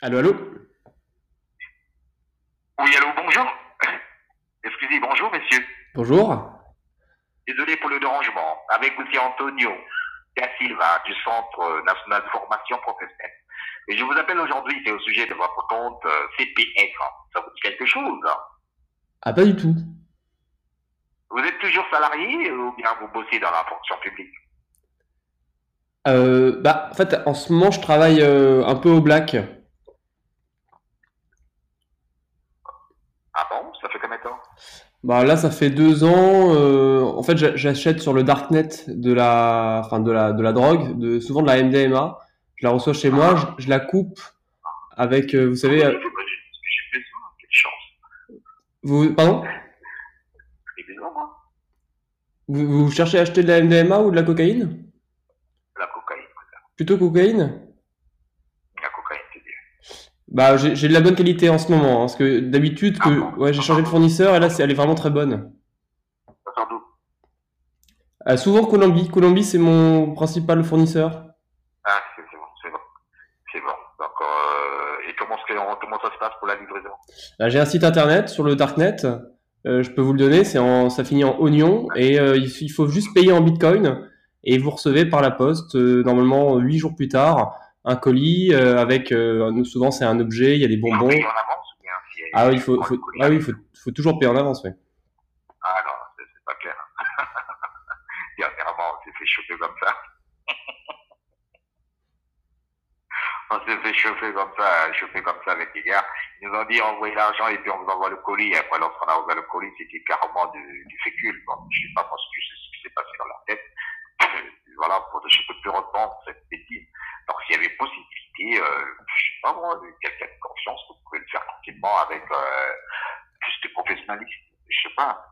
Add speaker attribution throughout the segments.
Speaker 1: Allô, allô
Speaker 2: Oui, allô, bonjour. Excusez, bonjour, monsieur.
Speaker 1: Bonjour.
Speaker 2: Désolé pour le dérangement. Avec monsieur Antonio Da Silva du Centre national de formation professionnelle. Et je vous appelle aujourd'hui, c'est au sujet de votre compte euh, CPF. Ça vous dit quelque chose
Speaker 1: Ah, pas du tout.
Speaker 2: Vous êtes toujours salarié ou bien vous bossez dans la fonction publique
Speaker 1: Euh, bah, en fait, en ce moment, je travaille euh, un peu au black.
Speaker 2: Ah bon Ça fait combien de temps
Speaker 1: Bah, là, ça fait deux ans. euh, en fait, j'a- j'achète sur le darknet de la, enfin, de la, de la drogue, de, souvent de la MDMA. Je la reçois chez moi, je, je la coupe avec, euh, vous savez, euh,
Speaker 2: J'ai besoin, quelle chance.
Speaker 1: vous, pardon,
Speaker 2: J'ai besoin, moi.
Speaker 1: vous, vous cherchez à acheter de la MDMA ou de la cocaïne?
Speaker 2: La cocaïne.
Speaker 1: Plutôt cocaïne?
Speaker 2: La cocaïne, c'est bien.
Speaker 1: Bah, j'ai j'ai de la bonne qualité en ce moment, hein, parce que d'habitude
Speaker 2: Ah
Speaker 1: que,
Speaker 2: bon
Speaker 1: ouais, j'ai changé de fournisseur et là, c'est- elle est vraiment très bonne.
Speaker 2: Ça sort d'où
Speaker 1: Euh, souvent Colombie. Colombie, c'est mon principal fournisseur.
Speaker 2: Ah, c'est c'est bon, c'est bon. C'est bon. Donc, euh, et comment, est-ce que- comment ça se passe pour la livraison
Speaker 1: Là, j'ai un site internet sur le darknet. Euh, je peux vous le donner. C'est en, ça finit en oignon et euh, il, il faut juste payer en bitcoin et vous recevez par la poste euh, normalement huit jours plus tard un colis euh, avec euh, un- souvent c'est un objet. Il y a des
Speaker 2: Ils
Speaker 1: bonbons.
Speaker 2: payent en avance ou bien si-
Speaker 1: Ah oui, il faut,
Speaker 2: Ah,
Speaker 1: faut- ah oui, faut, faut toujours payer en avance. ouais.
Speaker 2: Ah non, c'est c'est pas clair. Dernièrement, on s'est fait choper comme ça. on s'est fait chauffer comme ça, chauffer comme ça avec les gars. Ils nous ont dit envoyez l'argent et puis on vous envoie le colis. Et après, lorsqu'on a ouvert le colis, c'était carrément du, du fécule. Bon, je sais pas moi ce que- ce qui s'est passé dans leur tête. Euh, Voilà, pour je peux plus reprendre cette bêtise. Donc, s'il y avait possibilité, euh, je sais pas moi, quelqu'un de confiance, vous pouvez le faire tranquillement avec euh, plus de professionnalisme. Je sais pas.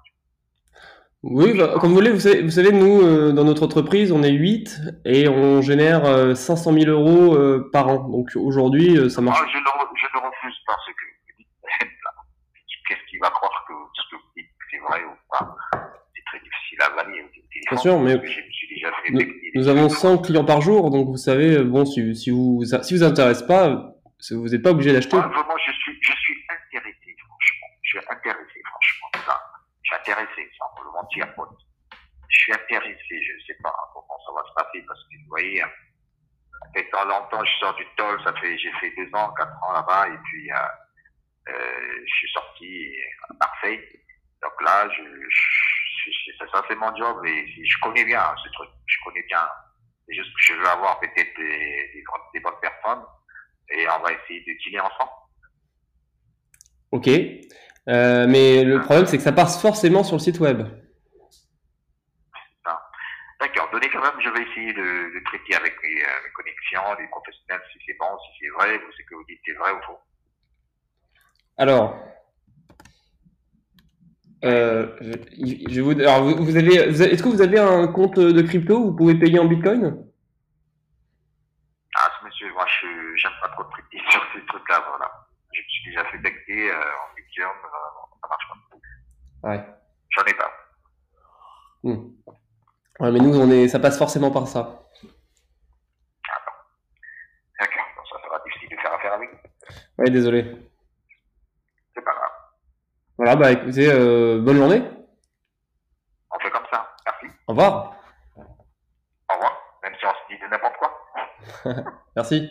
Speaker 1: Oui, bah, comme vous voulez, vous savez, vous savez, nous, euh, dans notre entreprise, on est 8 et on génère euh, 500 000 euros euh, par an. Donc aujourd'hui, euh, ça marche.
Speaker 2: Moi, Ah, je le, re- je le refuse parce que vous dites, qu'est-ce qu'il va croire que ce que vous dites, c'est vrai ou pas C'est très difficile à valider. au téléphone,
Speaker 1: sûr, mais-
Speaker 2: parce que Je me suis déjà fait défier.
Speaker 1: Nous avons 100 clients par jour, donc vous savez, euh, bon, si, si vous si vous intéresse pas, si vous n'êtes pas obligé d'acheter.
Speaker 2: Moi, vraiment, je suis, je suis intéressé, franchement. Je suis intéressé, franchement. Ça, je suis intéressé, sans vous le mentir. quoi. Je suis intéressé, je ne sais pas comment ça va se passer parce que vous voyez, hein, de temps en temps, je sors du toll. Ça fait, j'ai fait deux ans, quatre ans là-bas, et puis euh, euh, je suis sorti euh, à Marseille. Donc là, je, je- je- c'est ça, c'est mon job et je connais bien hein, ce truc. Je connais bien. C'est juste que je veux avoir peut-être des, des, bonnes- des bonnes personnes et on va essayer de dîner ensemble.
Speaker 1: Ok. Euh, mais le problème, c'est que ça passe forcément sur le site web.
Speaker 2: D'accord, donnez quand même, je vais essayer de, de traiter avec les, euh, les connexions, les professionnels, si c'est bon, si c'est vrai, ou ce que vous dites c'est vrai ou faux.
Speaker 1: Alors, euh, je, je vais vous, alors vous, vous avez, vous avez- est-ce que vous avez un compte de crypto où vous pouvez payer en Bitcoin
Speaker 2: Ah, ce monsieur, moi, je j'aime pas trop traiter sur ces trucs-là, voilà. Je me suis déjà fait becter euh, en Bitcoin, euh, ça marche pas.
Speaker 1: Ouais.
Speaker 2: J'en ai pas.
Speaker 1: Hmm. Ouais, mais nous, on est, ça passe forcément par ça.
Speaker 2: D'accord, donc ça sera difficile de faire affaire avec.
Speaker 1: Ouais, désolé.
Speaker 2: C'est pas grave.
Speaker 1: Voilà, bah écoutez, euh, bonne journée.
Speaker 2: On fait comme ça. Merci.
Speaker 1: Au revoir.
Speaker 2: Au revoir. Même si on se dit de n'importe quoi.
Speaker 1: Merci.